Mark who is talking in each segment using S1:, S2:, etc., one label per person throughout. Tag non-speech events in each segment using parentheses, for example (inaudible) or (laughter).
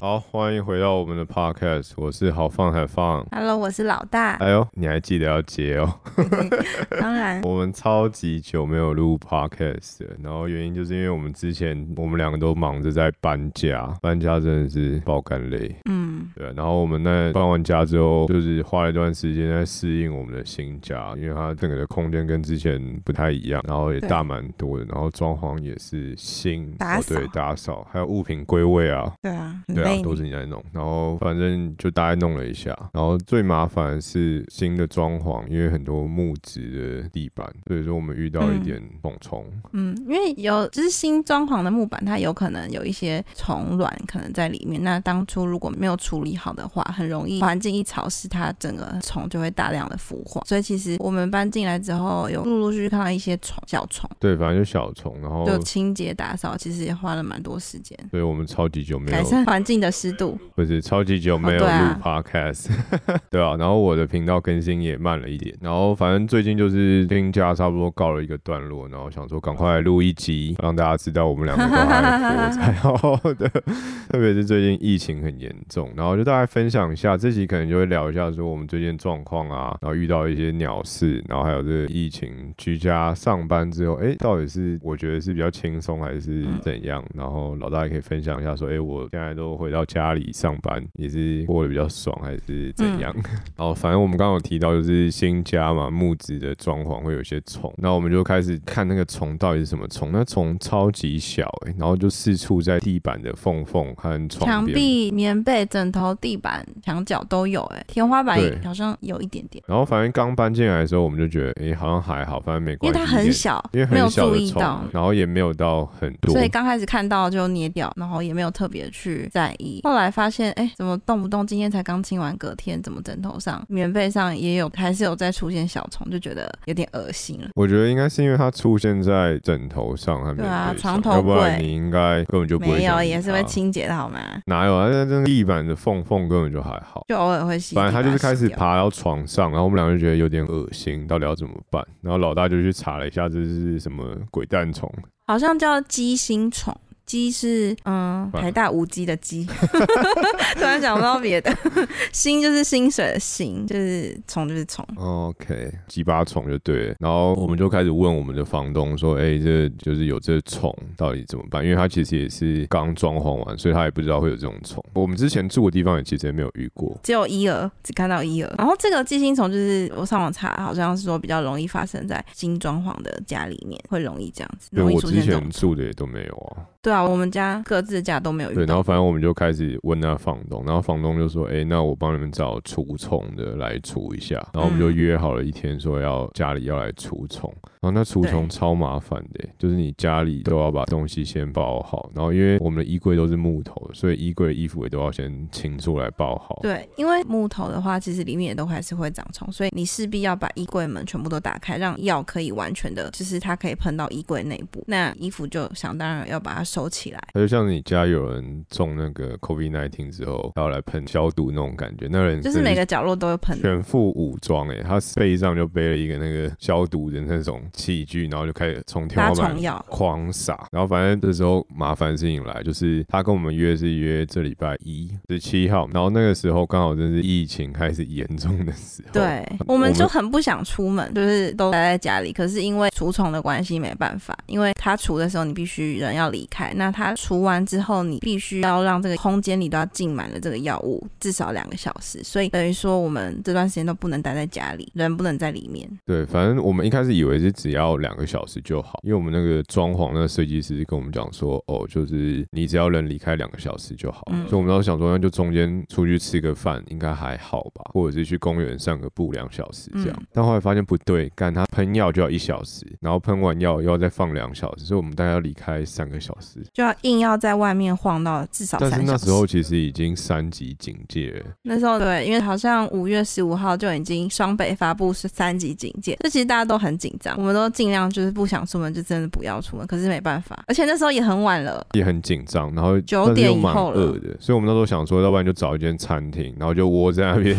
S1: 好，欢迎回到我们的 podcast，我是好放海放。
S2: Hello，我是老大。
S1: 哎呦，你还记得要接哦。 (laughs)
S2: 当然，
S1: 我们超级久没有录 podcast，了然后原因就是因为我们之前我们两个都忙着在搬家，搬家真的是爆干累。
S2: 嗯，
S1: 对，啊然后我们那搬完家之后，就是花了一段时间在适应我们的新家，因为它整个的空间跟之前不太一样，然后也
S2: 对
S1: 大蛮多的，然后装潢也是新，
S2: 打
S1: 哦对
S2: 扫
S1: 打扫，还有物品归位啊，
S2: 对啊，很
S1: 对啊
S2: 累，
S1: 都
S2: 呢。
S1: 是你在弄，然后反正就大概弄了一下，然后最麻烦的是新的装潢，因为很多木质的地板，所以说我们遇到一点虫虫，
S2: 嗯，因为有就是新装潢的木板，它有可能有一些虫卵可能在里面。那当初如果没有处理好的话，很容易环境一潮湿，它整个虫就会大量的孵化。所以其实我们搬进来之后，有陆陆续续看到一些虫哦小虫，
S1: 对，反正就小虫，然后
S2: 就清洁打扫，其实也花了蛮多时间。
S1: 所以我们超级久没
S2: 改
S1: 有，
S2: 善环境的湿度，
S1: 不是超级久没有
S2: 哦对
S1: 录
S2: 啊
S1: podcast，、对 (laughs) 啊，然后我的频道更新也慢了一点，然后反正最近就是新家差不多告了一个段落，然后想说赶快录一集，让大家知道我们两个都还活才好的。特别是最近疫情很严重，然后就大概分享一下，这集可能就会聊一下说我们最近的状况啊，然后遇到一些鸟事，然后还有这个疫情居家上班之后，哎、到底是我觉得是比较轻松还是怎样？然后老大也可以分享一下说，哎、我现在都回到家里上班，也是过得比较爽还是怎样？然后哦反正我们刚刚有提到，就是新家嘛，木质的装潢会有一些虫，那我们就开始看那个虫到底是什么虫。那虫超级小哎、然后就四处在地板的缝缝和
S2: 墙
S1: 床边。
S2: 壁、棉被、枕头、地板、墙角都有、哎，天花板
S1: 对
S2: 也好像有一点点，
S1: 然后反正刚搬进来的时候，我们就觉得哎、好像还好，反正没
S2: 因
S1: 关
S2: 为
S1: 系。
S2: 它很，小，
S1: 因为
S2: 没有
S1: 很小
S2: 注
S1: 的
S2: 意
S1: 虫
S2: 到。，
S1: 然后也没有到很多
S2: 所。以刚开始看到就捏掉，然后也没有特别去在意。后来发现，哎，怎么动不动今天才刚清完，隔天怎么枕头上、棉被上也有，还是有在出现小虫，就觉得有点恶心了。
S1: 我觉得应该是因为它出现在枕头上和棉
S2: 对啊
S1: 被上，
S2: 床头
S1: 要不然
S2: 柜
S1: 你应该根本就不会
S2: 没有，
S1: 想理
S2: 也是会
S1: 它
S2: 清洁的好吗？
S1: 哪有啊？那那地板的缝缝根本就还好。
S2: 就偶尔会洗。
S1: 反正他就是开始
S2: 把它洗掉
S1: 爬到床上，然后我们俩就觉得有点恶心，到底要怎么办？然后老大就去查了一下，这是什么鬼蛋虫？
S2: 好像叫鸡心虫。鸡是嗯，
S1: 反
S2: 台大无鸡的鸡， (laughs) 突然想不到别的。 (laughs) 薪就是薪水的薪，就是虫就是虫。
S1: OK，鸡巴虫就对了。然后我们就开始问我们的房东说：“哎、这就是有这虫，到底怎么办？”因为他其实也是刚装潢完，所以他也不知道会有这种虫。我们之前住的地方也其实也没有遇过。
S2: 只有伊蛾，只看到伊蛾。然后这个寄sinh虫就是我上网查，好像是说比较容易发生在新装潢的家里面，会容易这样子，
S1: 对，
S2: 容易
S1: 我
S2: 出
S1: 之
S2: 现这
S1: 前
S2: 种。
S1: 住的也都没有啊。
S2: 对啊，我们家各自的家都没有
S1: 对，
S2: 遇
S1: 然
S2: 到。
S1: 后反正我们就开始问那房东，然后房东就说：“哎、那我帮你们找除虫的来除一下。”然后我们就
S2: 嗯
S1: 约好了一天，说要家里要来除虫。然后那除虫
S2: 对
S1: 超麻烦的、就是你家里都要把东西先包好，然后因为我们的衣柜都是木头，所以衣柜的衣服也都要先清出来包好。
S2: 对，因为木头的话，其实里面也都还是会长虫，所以你势必要把衣柜门全部都打开，让药可以完全的，就是它可以喷到衣柜内部。那衣服就想当然要把它收起来。
S1: 它就像你家有人中那个 COVID 1 9之后，然后来喷消毒那种感觉，那人
S2: 就是
S1: 真的
S2: 每个角落都有喷，
S1: 全副武装哎、欸，他背上就背了一个那个消毒的那种器具，然后就开始从天
S2: 杀
S1: 花板
S2: 虫药。
S1: 狂撒。然后反正这时候麻烦的事情来，就是他跟我们约是约这礼拜一十七号，然后那个时候刚好真是疫情开始严重的时候。
S2: 对，我们就很不想出门，就是都待在家里。可是因为除虫的关系，没办法，因为它除的时候你必须人要离开，那它除完之后，你必须要让这个空间里都要浸满了这个药物，至少两个小时。所以等于说，我们这段时间都不能待在家里，人不能在里面。
S1: 对，反正我们一开始以为是只要两个小时就好，因为我们那个装潢那个设计师跟我们讲说，哦，就是你只要能离开两个小时就好。
S2: 嗯
S1: 所以我们当时想说，那就中间出去吃个饭应该还好吧，或者是去公园散个步两小时这样。
S2: 嗯
S1: 但后来发现不对，干他喷药就要一小时，然后喷完药又要再放两小时，所以我们大概要离开三个小时。
S2: 就要硬要在外面晃到至少
S1: 但
S2: 哦三
S1: 是那
S2: 小时。
S1: 时候其实已经三级警戒了。
S2: 那时候对，因为好像五月十五号就已经双北发布是三级警戒，这其实大家都很紧张，我们都尽量就是不想出门，就真的不要出门，可是没办法，而且那时候也很晚了，
S1: 也很紧张，然后
S2: 9
S1: 但是
S2: 点
S1: 又
S2: 以
S1: 蛮
S2: 后了
S1: 饿
S2: (laughs)
S1: 的，所以我们那时候想说，要不然就找一间餐厅，然后就窝在那边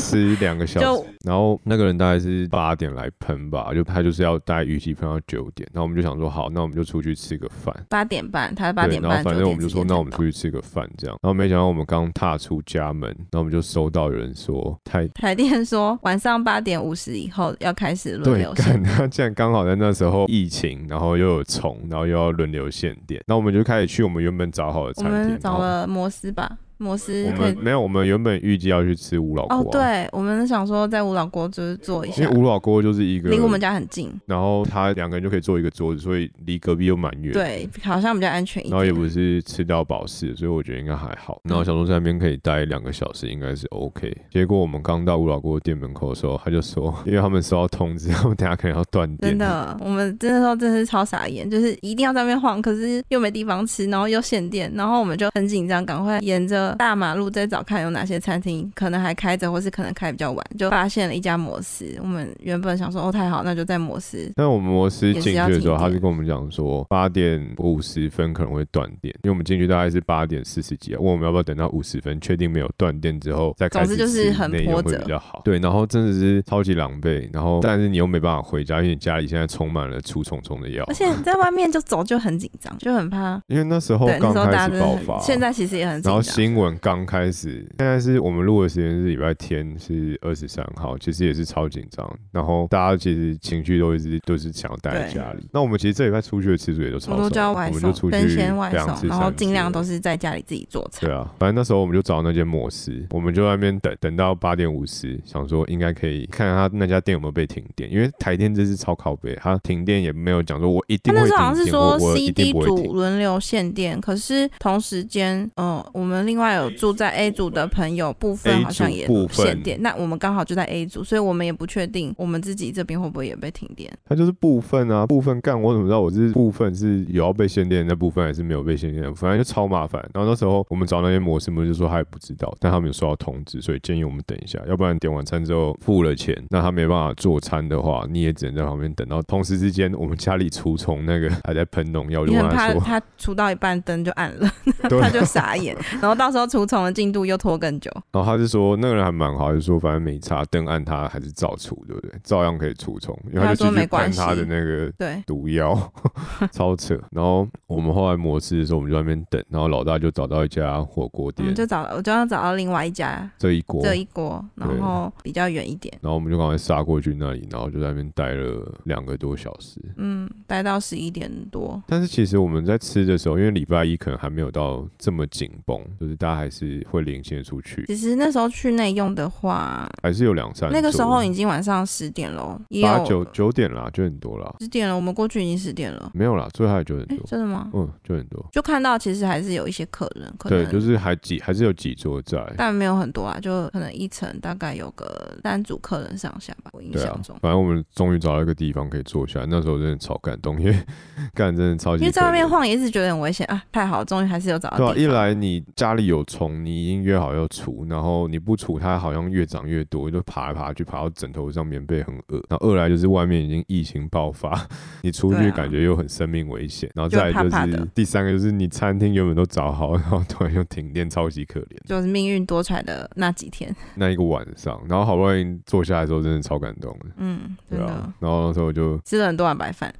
S1: 吃两个小
S2: 就
S1: 时。然后那个人大概是八点来喷吧，就他就是要大概预期喷到九点，那我们就想说好，那我们就出去吃个饭。
S2: 八点半，他八
S1: 对，
S2: 点
S1: 然后
S2: 半，
S1: 反正我们就说，那我们出去
S2: 去。
S1: 吃个饭这样。然后没想到我们刚踏出家门，然后我们就收到有人说太
S2: 台电说晚上八点五十以后要开始轮
S1: 对
S2: 流，限
S1: 干他竟然刚好在那时候疫情，然后又有虫，然后又要轮流限电，那我们就开始去我们原本找好的
S2: 我
S1: 餐厅
S2: 们。
S1: 然
S2: 找
S1: 后
S2: 了摩斯吧，摩斯
S1: 我
S2: 可
S1: 们
S2: 以。
S1: 没有，我们原本预计要去吃五老锅、啊
S2: 哦，，对，我们想说在五老锅就是坐一
S1: 因
S2: 下
S1: 为，五老锅就是一个
S2: 离我们家很近，
S1: 然后他两个人就可以坐一个桌子，所以离隔壁又蛮远。。
S2: 对，好像比较安全一嗯
S1: 然后也
S2: 点。
S1: 不是吃到饱式，所以我觉得应该还好。然后想说在那边可以待两个小时，应该是 OK。结果我们刚到吴老锅店门口的时候，他就说，因为他们收到通知，他们等下可能要断电。
S2: 真的，我们那时候真的是超傻眼，就是一定要在那边晃，可是又没地方吃，然后又限电，然后我们就很紧张，赶快沿着大马路再找看有哪些餐厅可能还开着，或是可能开比较晚，就发现了一家摩斯。我们原本想说哦太好，那就在摩斯。
S1: 但我们摩斯进去的时候，
S2: 也是要停电
S1: 他就跟我们讲说八点五十分可能会断电，因为我们进去大概是八点四十几啊，问我们要不要等到五十分，确定没有断电之后再开始吃，
S2: 总之就是很
S1: 内容
S2: 波
S1: 会
S2: 折
S1: 比较好。对，然后真的是超级狼狈，然后但是你又没办法回家，因为你家里现在充满了除虫虫的药
S2: 而，且在外面就走就很紧张，就很怕。
S1: 因为那时候
S2: 对，那
S1: 刚
S2: 时候
S1: 开
S2: 大家真
S1: 始
S2: 的
S1: 爆
S2: 很
S1: 发，啊
S2: 现在其实也很紧
S1: 然后
S2: 张。
S1: 新闻刚开始，现在是我们录的时间是礼拜天，是二十三号，其实也是超紧张。然后大家其实情绪都一直都是想要待在
S2: 对
S1: 家里。那我们其实这礼拜出去的次数也都超
S2: 我
S1: 少，
S2: 都叫外
S1: 我们
S2: 送
S1: 就出，去
S2: 跟先外
S1: 两次
S2: 送，然后
S1: 三次
S2: 尽量都
S1: 了
S2: 是在家里自己做菜
S1: 对。啊，反正那时候我们就找那间摩斯，我们就在那边等，等到八点五十，想说应该可以看看他那家店有没有被停电，因为台电这是超靠背，他停电也没有讲说我一
S2: 他
S1: 定会
S2: 那
S1: 停
S2: 时
S1: 电，
S2: 候好像是说
S1: 我我一
S2: CD
S1: 定不会
S2: 组
S1: 停。
S2: 轮流限电，可是同时间，嗯、我们另外有住在 A 组的朋友部
S1: A
S2: 分好像也
S1: 组部分
S2: 限电，那我们刚好就在 A 组，所以我们也不确定我们自己这边会不会也被停电。
S1: 它就是部分啊，部分干我怎么知道我是部分是有要被限电的那部分，还是没有被限电的？反正就超麻烦。然后那时候我们找那些模式，不就说他也不知道，但他们有收到通知，所以建议我们等一下，要不然点完餐之后付了钱，那他没办法做餐的话，你也只能在旁边等到。同时之间，我们家里除虫那个还在喷农药，我就
S2: 你
S1: 问
S2: 很怕
S1: 说，
S2: 他除到一半灯就暗了， (laughs)
S1: 对，啊
S2: 他就傻眼，然后到时候除虫的进度又拖更久。
S1: 然后他是说那个人还蛮好，就说反正没差，灯暗他还是照除，对不对？照样可以除虫，因为
S2: 他
S1: 他
S2: 说
S1: 就继
S2: 没
S1: 续
S2: 关
S1: 喷
S2: 系
S1: 他的那个
S2: 对，
S1: 毒药， (laughs) 超扯。然后我们后来模式的时候，我们就在那边等，然后老大就找到一家火锅
S2: 我
S1: 店
S2: 们，嗯就找，我就要找到另外一家
S1: 这一锅，
S2: 这一锅，然
S1: 对
S2: 后比较远一点，
S1: 然后我们就赶快杀过去那里，然后就在那边待了两个多小时。
S2: 嗯，待到十一点多。
S1: 但是其实我们在吃的时候，因为礼拜一可能还没有到这么紧绷，就是大家还是会领先出去，
S2: 其实那时候去内用的话，
S1: 还是有两三
S2: 那个时候
S1: 桌
S2: 已经晚上十点了，也
S1: 八九
S2: 有
S1: 九点啦，就很多啦，
S2: 十点了，我们过去已经十点了。
S1: 没有啦，最后还九点
S2: 哎、
S1: 多，
S2: 真的吗？
S1: 嗯，就很多，
S2: 就看到其实还是有一些客人，可能
S1: 对，就是还几还是有几桌在，
S2: 但没有很多啊，就可能一层大概有个三组客人上下吧，我印
S1: 对啊
S2: 象，中。
S1: 反正我们终于找到一个地方可以坐下来，那时候真的超感动，因为 (laughs) 干真的超级。
S2: 因为在外面，晃也一直觉得很危险啊！太好，终于还是有找到
S1: 对啊，
S2: 地
S1: 一
S2: 方。
S1: 来你家里有虫，你已经约好要除，然后你不除它，好像越长越多，就爬来爬去，爬到枕头上，棉被很恶。然后二来就是外面已经疫情爆发， (laughs) 你出
S2: 对
S1: 去
S2: 啊
S1: 感觉又很生命危险。然后
S2: 就
S1: 再来
S2: 啊怕
S1: 就
S2: 怕的
S1: 是第三个就是你餐厅原本都找好，然后突然又停电，超级
S2: (laughs)
S1: 可怜。
S2: 就是命运多舛的那几天，
S1: 那一个晚上，然后好不容易坐下来的时候，真的超感动的，
S2: 嗯，真
S1: 对
S2: 的、
S1: 啊。然后那时候我就
S2: 吃了很多碗
S1: (laughs)
S2: 白饭，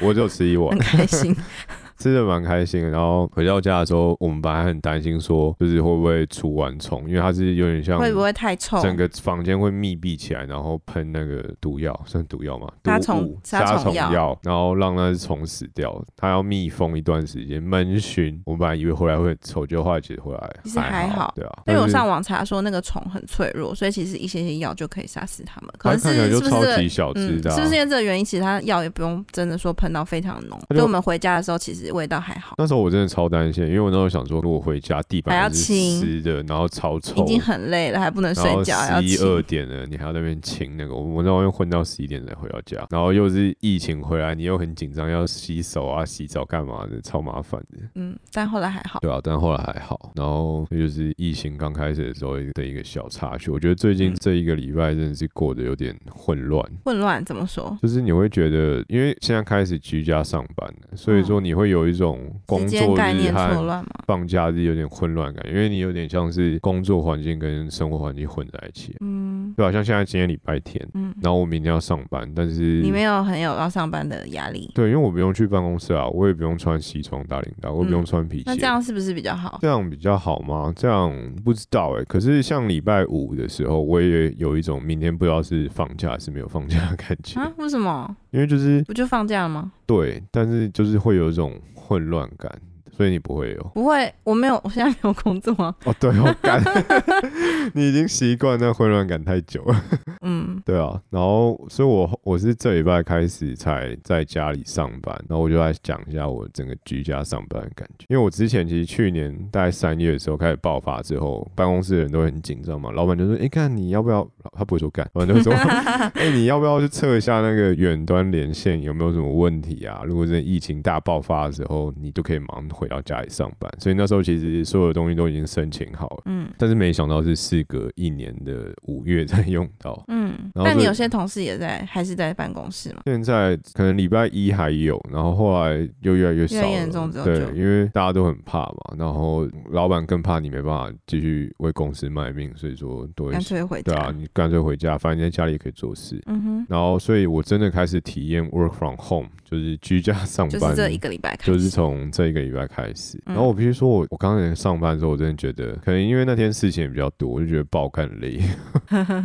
S1: 我就吃一碗
S2: 很。开心。
S1: 吃的蛮开心的，然后回到家的时候，我们本来很担心说，就是会不会除螨虫，因为它是有点像
S2: 会不会太臭？
S1: 整个房间会密闭起来，然后喷那个毒药，算毒药吗？
S2: 杀
S1: 毒
S2: 虫
S1: 物
S2: 杀虫
S1: 杀虫
S2: 药
S1: 药，然后让那只虫死掉，它要密封一段时间，闷熏。我本来以为回来会很臭，结果后来其实回来
S2: 其实还好
S1: 好，对啊，
S2: 因为我
S1: 但是
S2: 上网查说那个虫很脆弱，所以其实一些些药就可以杀死它们。可
S1: 它
S2: 能
S1: 看起来
S2: 是
S1: 就是
S2: 不是
S1: 超
S2: 这个
S1: 级小只
S2: 嗯，
S1: 的啊、
S2: 是不是因为这个原因，其实它药也不用真的说喷到非常浓，
S1: 它就
S2: 所以我们回家的时候其实味道还好，
S1: 那时候我真的超担心，因为我那时候想说，如果回家地
S2: 还要
S1: 板是
S2: 清
S1: 湿的，然后超臭，
S2: 已经很累了，还不能睡
S1: 然后
S2: 觉，啊还要
S1: 十一
S2: 吃。
S1: 二点了，你还要在那边清那个，我我在外面混到十一点才回到家，然后又是疫情回来，你又很紧张，要洗手啊、洗澡干嘛的，超麻烦的。
S2: 嗯，但后来还好。
S1: 对啊，但后来还好。然后这就是疫情刚开始的时候的一个小插曲。我觉得最近
S2: 嗯
S1: 这一个礼拜真的是过得有点混乱，
S2: 混乱怎么说？
S1: 就是你会觉得，因为现在开始居家上班了，所以说你会有一种工
S2: 嗯时
S1: 作
S2: 间概
S1: 日
S2: 念错
S1: 和
S2: 乱吗？
S1: 放假日有点混乱感，因为你有点像是工作环境跟生活环境混在一起。
S2: 嗯，嗯
S1: 对啊，像现在今天礼拜天，
S2: 嗯，
S1: 然后我明天要上班，但是
S2: 你没有很有要上班的压力，
S1: 对，因为我不用去办公室啊，我也不用穿西装打领带，我也不用
S2: 嗯
S1: 穿皮鞋，
S2: 那这样是不是比较好？
S1: 这样比较好吗？这样不知道哎、可是像礼拜五的时候，我也有一种明天不知道是放假还是没有放假的感觉，
S2: 啊？为什么？
S1: 因为就是
S2: 不就放假了吗？
S1: 对，但是就是会有一种混乱感，所以你不会有
S2: 不会，我没有，我现在没有工作啊。 (laughs)
S1: 哦，对哦，感 (laughs) 你已经习惯那混乱感太久了，
S2: 嗯
S1: 对啊，然后所以我我是这礼拜开始才在家里上班，然后我就来讲一下我整个居家上班的感觉，因为我之前其实去年大概三月的时候开始爆发之后，办公室的人都会很紧张嘛，老板就说，哎、看你要不要，他不会说干，老板就会说， (laughs) 哎、你要不要去测一下那个远端连线有没有什么问题啊？如果真的疫情大爆发的时候，你就可以马上回到家里上班，所以那时候其实所有的东西都已经申请好了，
S2: 嗯
S1: 但是没想到是事隔一年的五月才用到。
S2: 嗯。
S1: 然后
S2: 但你
S1: 是
S2: 有些同事也在，还是在办公室嘛？
S1: 现在可能礼拜一还有，然后后来又越来越少
S2: 越
S1: 了。
S2: 来越严重之后
S1: 对
S2: 就，
S1: 因为大家都很怕嘛，然后老板更怕你没办法继续为公司卖命，所以说都会
S2: 干脆回家。
S1: 对啊，你干脆回家，反正你在家里也可以做事。
S2: 嗯哼，
S1: 然后，所以我真的开始体验 work from home，就是居家上
S2: 就
S1: 班，
S2: 是这一个礼拜开始。
S1: 就是从这一个礼拜开始，
S2: 嗯
S1: 然后我必须说我，我刚才上班的时候，我真的觉得，可能因为那天事情也比较多，我就觉得爆干累。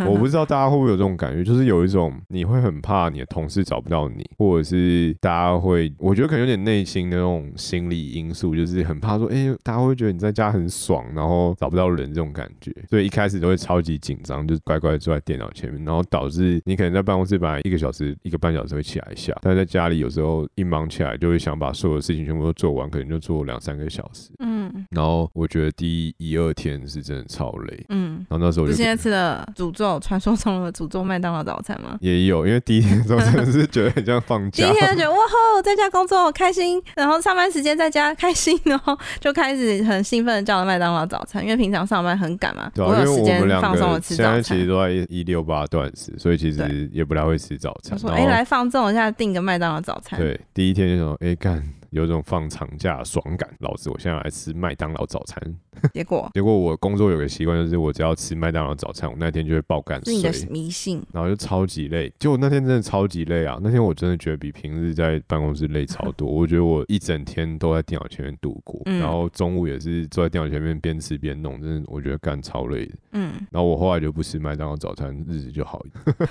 S1: 我不知道大家会不会有这种感觉，就是有一种你会很怕你的同事找不到你，或者是大家会，我觉得可能有点内心的那种心理因素，就是很怕说，哎、大家会觉得你在家很爽，然后找不到人这种感觉，所以一开始都会超级紧张，就是乖乖地坐在电脑前面，然后导致你可能在办公室本来一个小时、一个半小时会起来一下，但是在家里有时候一忙起来就会想把所有的事情全部都做完，可能就做两三个小时。
S2: 嗯
S1: 然后我觉得第一一二天是真的超累，
S2: 嗯。
S1: 然后那时候我
S2: 不
S1: 就是
S2: 现在吃了诅咒传说中的诅咒麦当劳早
S1: (laughs)
S2: 餐吗？
S1: 也有，因为第一天的时候真的是觉得很像放
S2: (laughs) 第
S1: 假
S2: 一。天就觉得哇吼，在家工作好开心，然后上班时间在家开心，然后就开始很兴奋的叫了麦当劳早餐，因为平常上班很赶嘛，
S1: (laughs) 对
S2: 我
S1: 啊，因
S2: 有
S1: 为
S2: 时
S1: 我
S2: 间
S1: 们两
S2: 放松的
S1: 个
S2: 吃
S1: 现
S2: 早
S1: 在其实
S2: 餐。
S1: 都在一六八断食，所以其
S2: 对
S1: 实也不太会吃早
S2: 我
S1: 餐。
S2: 说：“哎、
S1: 然后
S2: 来放纵一下，订个麦当劳早餐。”，
S1: 对，第一天就想说，哎干，有种放长假的爽感，老子我现在来吃麦当劳早餐。
S2: (laughs) 结果
S1: 结果我工作有个习惯，就是我只要吃麦当劳早餐，我那天就会爆干
S2: 是你的
S1: 睡，
S2: 迷信。
S1: 然后就超级累。结果那天真的超级累啊！那天我真的觉得比平日在办公室累超多。我觉得我一整天都在电脑前面度过，
S2: 嗯
S1: 然后中午也是坐在电脑前面边吃边弄，真的我觉得干超累的。
S2: 嗯
S1: 然后我后来就不吃麦当劳早餐，日子就好一点。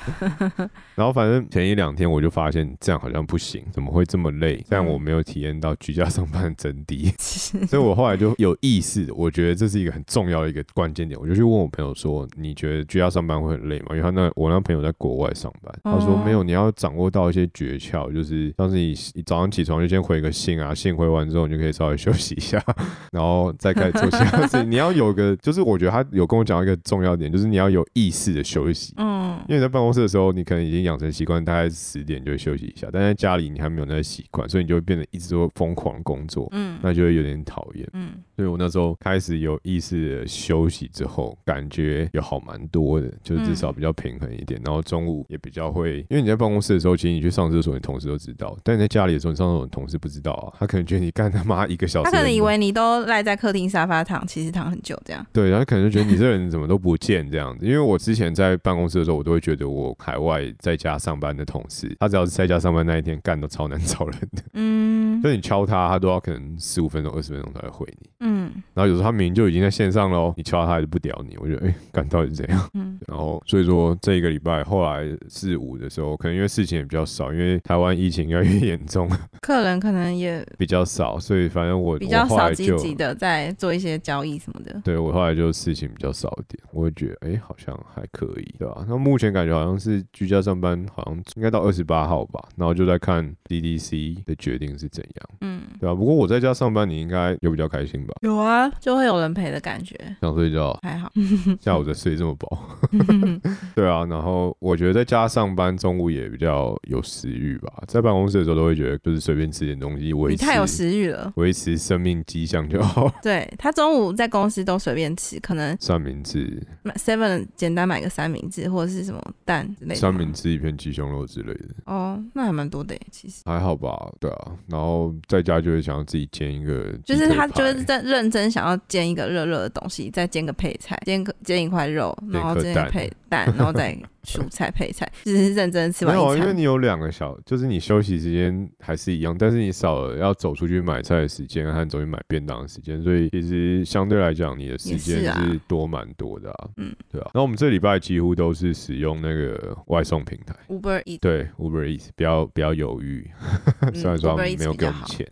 S1: 然后反正前一两天我就发现这样好像不行，怎么会这么累？但我没有体验到居家上班的真谛，所以我后来就有意识，我觉得这是一个很重要的一个关键点。我就去问我朋友说：“你觉得居家上班会很累吗？”因为他那我那朋友在国外上班，他说
S2: 哦：“
S1: 没有，你要掌握到一些诀窍，就是像是你你早上起床就先回个信啊，信回完之后你就可以稍微休息一下， (laughs) 然后再开始做其他事情。你要有个，就是我觉得他有跟我讲一个重要点，就是你要有意识的休息。
S2: (laughs) 嗯
S1: 因为你在办公室的时候，你可能已经养成习惯，大概十点就会休息一下，但在家里你还没有那个习惯，所以你就会变得一直都疯狂工作，
S2: 嗯
S1: 那就会有点讨厌。
S2: 嗯，
S1: 所以我那时候开始有意识的休息之后，感觉有好蛮多的，就是至少比较平衡一点。然后中午也比较会，因为你在办公室的时候，其实你去上厕所，你同事都知道；但你在家里的时候，你上厕所，你同事不知道啊。他可能觉得你干他妈一个小时，
S2: 他可能以为你都赖在客厅沙发躺，其实躺很久这样。
S1: 对，然后可能就觉得你这人怎么都不见这样子。因为我之前在办公室的时候，我都会觉得我海外在家上班的同事，他只要是在家上班那一天干都超难找人的，
S2: 嗯
S1: 所以你敲他，他都要可能十五分钟、二十分钟才会回你。
S2: 嗯
S1: 然后有时候他明明就已经在线上喽，你敲他他就不屌你，我觉得哎，干到底是怎样？
S2: 嗯
S1: 然后所以说这一个礼拜后来四五的时候，可能因为事情也比较少，因为台湾疫情越来越严重， (laughs)
S2: 客人可能也
S1: 比较少，所以反正我
S2: 比较
S1: 我后
S2: 少
S1: 来
S2: 积
S1: 就
S2: 极的在做一些交易什么的。
S1: 对我后来就事情比较少一点，我会觉得哎、诶好像还可以，对吧、那目前感觉好像是居家上班，好像应该到二十八号吧，然后就在看 DDC 的决定是怎样，
S2: 嗯，
S1: 对吧、不过我在家上班，你应该有比较开心吧？
S2: 有啊，就会有人陪的感觉，
S1: 想睡觉，
S2: 还好。
S1: 下午才睡这么饱，
S2: (laughs)
S1: 对啊。然后我觉得在家上班，中午也比较有食欲吧，在办公室的时候都会觉得就是随便吃点东西，维
S2: 你
S1: 持
S2: 太有食欲了。
S1: 维持生命迹象就好，
S2: 对他中午在公司都随便吃，可能
S1: 三明治、
S2: 买 Seven 简单买个三明治或者是什么蛋之类的。
S1: 三明治一片鸡胸肉之类的。
S2: 哦，那还蛮多的耶其实。
S1: 还好吧，对啊，然后在家就会想要自己煎一个鸡
S2: 就
S1: 腿排，
S2: 是他就是在认真想要煎一个热热的东西，再煎个配菜，煎个煎一块肉，
S1: 煎
S2: 然后
S1: 颗
S2: 煎
S1: 蛋
S2: 配蛋，然后再蔬菜配菜，就是认真吃
S1: 没
S2: 完
S1: 有啊，
S2: 一
S1: 因为
S2: 餐。
S1: 你有两个小，就是你休息时间还是一样，但是你少了要走出去买菜的时间和走去买便当的时间，所以其实相对来讲，你的时间
S2: 也是啊
S1: 是多蛮多的啊。
S2: 嗯，
S1: 对啊。那我们这礼拜几乎都是使用那个外送平台，
S2: Uber Eats，
S1: 对 Uber Eats，不要不要犹豫，虽然说他
S2: 嗯 Uber
S1: 们
S2: Eats
S1: 没有
S2: 比
S1: 给
S2: 较
S1: 我们
S2: 好
S1: 钱，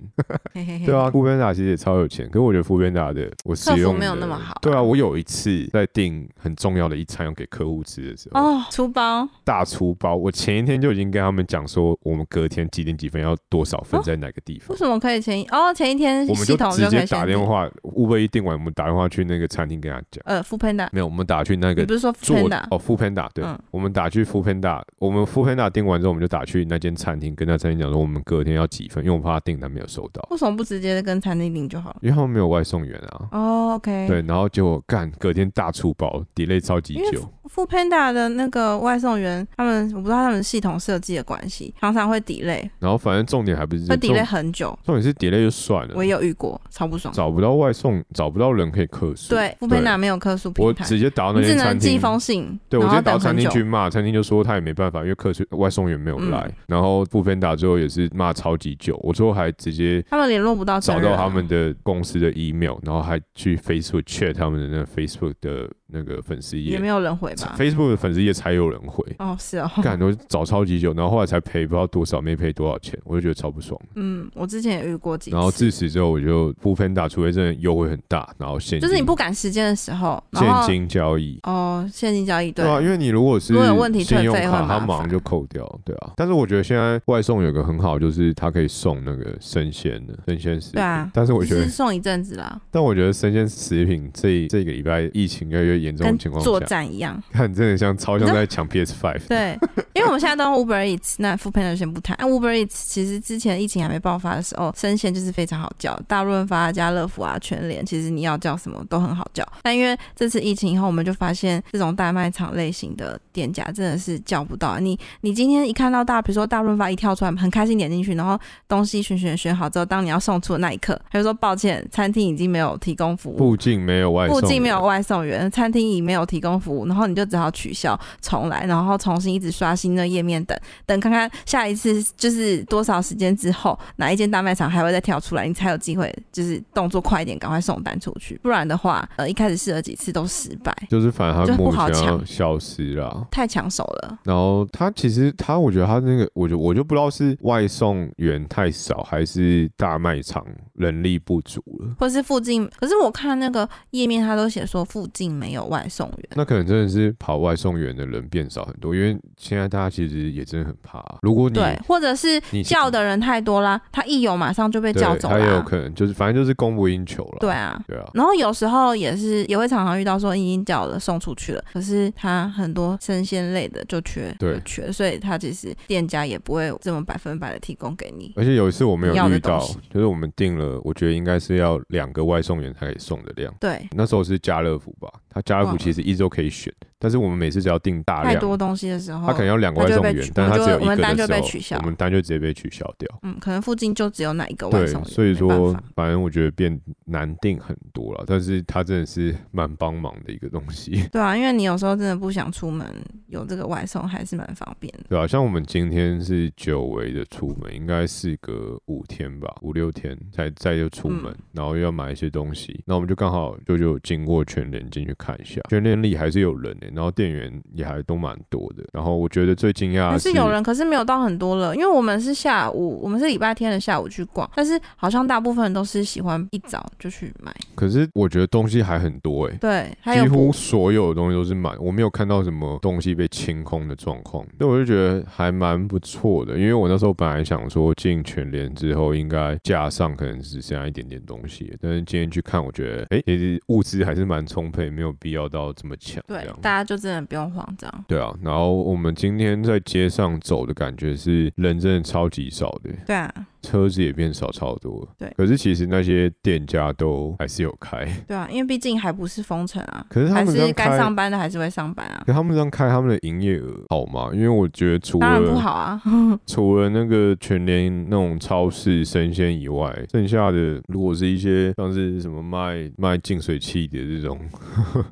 S2: 嘿嘿嘿
S1: 对啊，富边达其实也超有钱，可是我觉得富边达的我使
S2: 客服
S1: 用
S2: 没有
S1: 的
S2: 那么好啊
S1: 对啊，我有一次在订很重要的一餐要给客户吃的时候，
S2: 哦，出包
S1: 大出包，我前一天就已经跟他们讲说，我们隔天几点几分要多少分
S2: 哦
S1: 在哪个地方。
S2: 为什么可以前一哦前一天
S1: 我们
S2: 系统
S1: 直
S2: 可
S1: 接
S2: 以
S1: 打
S2: 先
S1: 电
S2: 订
S1: 话，乌龟一订完，我们打电话去那个餐厅跟他讲，
S2: 呃 f o o Panda，
S1: 没有，我们打去那
S2: 你
S1: 个
S2: 不是说 f o o
S1: 做
S2: Panda？
S1: 哦 f o o Panda，对，
S2: 嗯
S1: 我们打去 f o o Panda，我们 f o o Panda 订完之后，我们就打去那间餐厅，跟那餐厅讲说我们隔天要几分，因为我怕他订单没有收到，
S2: 为什么不直接跟餐厅领就好了？
S1: 因为他们没有外送员啊。
S2: 哦，OK，
S1: 对，然后结果干隔天大出包，delay 超级
S2: 因为
S1: 久。
S2: 富 Panda 的那个外送员，他们我不知道他们系统设计的关系，常常会 delay，
S1: 然后反正重点还不是
S2: 会
S1: 这
S2: delay
S1: 重
S2: 很久。
S1: 重点是 delay 就算
S2: 我
S1: 了
S2: 也，有遇过，超不爽。
S1: 找不到外送，找不到人可以客诉。
S2: 对，富 Panda 没有客诉
S1: 我
S2: 平台，
S1: 直接打到那
S2: 你只
S1: 间
S2: 能
S1: 餐
S2: 寄
S1: 厅。
S2: 封信，
S1: 对，我直
S2: 然
S1: 接
S2: 后
S1: 打到
S2: 等
S1: 餐
S2: 很
S1: 厅
S2: 久。
S1: 去骂，餐厅就说他也没办法，因为客诉外送员没有来。
S2: 嗯
S1: 然后布芬达最后也是骂超级久，我最后还直接
S2: 他们联络不到
S1: 找
S2: 真人
S1: 到
S2: 啊，
S1: 他们的公司的 email，然后还去 Facebook check 他们的那个 Facebook 的那个粉丝页
S2: 也没有人回吧？
S1: ，Facebook 的粉丝页才有人回。
S2: 哦，是哦，
S1: 干都找超级久，然后后来才赔不知道多少，没赔多少钱，我就觉得超不爽。
S2: (laughs) 嗯，我之前也遇过几
S1: 然后自
S2: 次，
S1: 此之后，我就不分打，除非真的优惠很大，然后现金
S2: 就是你不赶时间的时候，然
S1: 现
S2: 后
S1: 金交易。
S2: 哦，现金交易对
S1: 对，啊，因为你如果是
S2: 如果有问题
S1: 信
S2: 退费
S1: 用
S2: 会
S1: 卡，它
S2: 麻
S1: 马上
S2: 烦
S1: 就扣掉，对啊。但是我觉得现在外送有个很好，就是它可以送那个生鲜的生鲜食品。
S2: 对啊
S1: 但是我觉
S2: 只
S1: 得
S2: 是，送一阵子啦，
S1: 但我觉得生鲜食品这这个礼拜疫情越来越严重的
S2: 跟
S1: 情况
S2: 作
S1: 下，
S2: 战一样。
S1: (laughs) 看真的像超像
S2: 你知
S1: 在抢 PS
S2: (laughs)
S1: Five。
S2: 对，因为我们现在都用 Uber Eats，那 f o o Panda 先不谈。那 Uber Eats 其实之前疫情还没爆发的时候，生鲜就是非常好叫，大润发、家乐福啊、全联，其实你要叫什么都很好叫。但因为这次疫情以后，我们就发现这种大卖场类型的店家真的是叫不到。你你今天一看到大，比如说大润发一跳出来，很开心点进去，然后东西选选选好之后，当你要送出的那一刻，他就说抱歉，餐厅已经没有提供服务。
S1: 附近没有外送
S2: 附
S1: 的，
S2: 近没有外送员，餐厅已没有提供服务，然后你就只好取消重来，然后重新一直刷新那页面等，等看看下一次就是多少时间之后，哪一间大卖场还会再跳出来，你才有机会就是动作快一点，赶快送单出去，不然的话，呃，一开始试了几次都失败，
S1: 就是反正它
S2: 就不
S1: 目
S2: 好
S1: 前要
S2: 抢
S1: 消失啦。
S2: 太抢手了。
S1: 然后他其实他，我觉得他那个，我就我就不知道是外送员太少，还是大卖场人力不足了。
S2: 或是附近，可是我看那个页面，他都写说附近没有外送员。
S1: (laughs) 那可能真的是跑外送员的人变少很多，因为现在大家其实也真的很怕、如果你
S2: 对，或者是
S1: 你
S2: 叫的人太多啦，他一有马上就被
S1: 对
S2: 叫走
S1: 他也有
S2: 啦。
S1: 可能就是反正就是供不应求了。
S2: 对啊，
S1: 对啊，
S2: 然后有时候也是也会常常遇到说已经叫了送出去了，可是它很多生鲜类的就缺，
S1: 对
S2: 就缺，所以它其实店家也不会这么百分百的提供给你。
S1: 而且有一次我们
S2: 你要
S1: 有
S2: 的
S1: 遇到
S2: 东西，
S1: 就是我们订了，我觉得应该是要两个外送员才可以送的量。
S2: 对，
S1: 那时候是家乐福吧，他家乐福
S2: 嗯
S1: 其实一周可以选，但是我们每次只要订大
S2: 太
S1: 量，
S2: 多东西的时候，
S1: 他可能要两个外送
S2: 那就被
S1: 员
S2: 取，
S1: 但他只有
S2: 我
S1: 一个的
S2: 们
S1: 时候，
S2: 单就被取消
S1: 我们单就直接被取消掉。
S2: 嗯，可能附近就只有那一个外
S1: 对
S2: 送，员，
S1: 所以
S2: 没办
S1: 说
S2: 法，
S1: 反正我觉得变难定很多了，但是它真的是蛮帮忙的一个东西，
S2: 对啊，因为你有时候真的不想出门，有这个外送还是蛮方便的。
S1: 对啊，像我们今天是久违的出门，应该是个五天吧，五六天才再就出门，
S2: 嗯
S1: 然后又要买一些东西，那我们就刚好就就经过全联进去看一下，全联里还是有人的、然后店员也还都蛮多的，然后我觉得最惊讶
S2: 还
S1: 的
S2: 是有人，可是没有到很多了，因为我们是下午，我们是礼拜天的下午去逛，但是好像大部分人都是喜欢一早就去买。
S1: 可是我觉得东西还很多哎、
S2: 对，还有
S1: 几
S2: 补
S1: 乎所有的东西都是满，我没有看到什么东西被清空的状况，所以我就觉得还蛮不错的。因为我那时候本来想说进全联之后应该架上可能只剩下一点点东西，但是今天去看，我觉得哎、诶其实物资还是蛮充沛，没有必要到这么强。这
S2: 对
S1: 样，
S2: 大家就真的不用慌张。
S1: 对啊。然后我们今天在街上走的感觉是人真的超级少的，
S2: 对啊，
S1: 车子也变少超多了。
S2: 对
S1: 可是其实那些店家都还是有开，
S2: 对啊，因为毕竟还不是封城啊，
S1: 可是他
S2: 还
S1: 们这样
S2: 是该
S1: 开，
S2: 上班的还是会上班啊，
S1: 可他们这样开，他们的营业额好吗？因为我觉得除
S2: 当然不
S1: 了
S2: 好啊。 (laughs)
S1: 除了那个全联那种超市生鲜以外，剩下的如果是一些像是什么卖卖净水器的这种，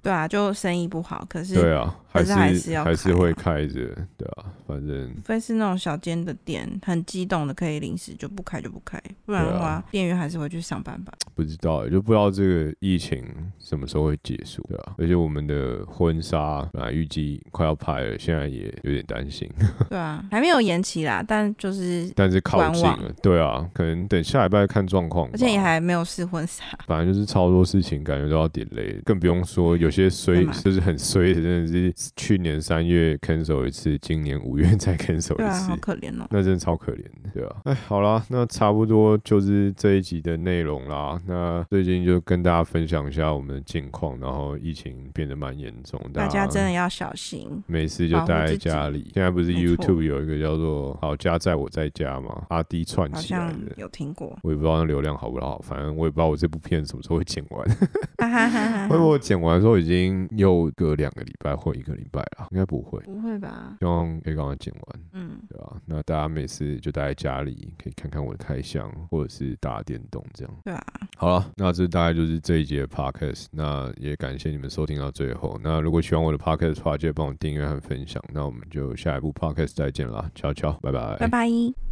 S2: 对啊，就生意不好，可是
S1: 对啊，
S2: 可
S1: 还
S2: 是还是要
S1: 还是
S2: 开啊
S1: 会开着，对啊，反正
S2: 非是那种小间的店，很激动的可以临时就不开就不开，不然的
S1: 对
S2: 话、
S1: 啊
S2: 店员还是会去上班
S1: (laughs)
S2: 吧。
S1: 不知道欸，就不知道这个疫情什么时候会结束，对啊，而且我们的婚纱本来预计快要拍了，现在也有点担心，
S2: 对啊，还没有延期啦，但就是
S1: 但是靠
S2: 观
S1: 近
S2: 望
S1: 了，对啊，可能等下礼拜看状况吧，
S2: 而且也还没有试
S1: (laughs)
S2: 婚纱，
S1: 反正就是超多事情，感觉都要点累，更不用说有些衰
S2: 干，嘛
S1: 就是很衰的，真的是去年三月 cancel 一次，今年五月再 cancel
S2: 对
S1: 一
S2: 啊，
S1: 次
S2: 好，可怜哦。
S1: 那真的超可怜的，对啊。哎，好啦，那差不多就是这一集的内容啦。那最近就跟大家分享一下我们的近况，然后疫情变得蛮严重，
S2: 大家真
S1: 的。
S2: 的要小心，
S1: 没事就
S2: 保护
S1: 待在
S2: 自己
S1: 家里。现在不是
S2: 没错
S1: YouTube 有一个叫做“好家在我在家”嘛，阿 D 串
S2: 好
S1: 起来
S2: 像
S1: 的。
S2: 有听过， (laughs)
S1: 我也不知道那流量好不好，反正我也不知道我这部片什么时候会剪完。
S2: 哈哈哈
S1: 会
S2: 哈。
S1: 不会我剪完的时候已经又隔两个礼拜或一个礼拜了？应该不会，
S2: 不会吧？
S1: 希望可以刚刚剪完，
S2: 嗯，
S1: 对吧、啊那大家每次就待在家里，可以看看我的开箱，或者是打电动这样。
S2: 对啊，
S1: 好了，那这大概就是这一节的 podcast。那也感谢你们收听到最后。那如果喜欢我的 podcast 的话，记得帮我订阅和分享。那我们就下一部 podcast 再见啦，悄悄，拜拜
S2: 拜拜。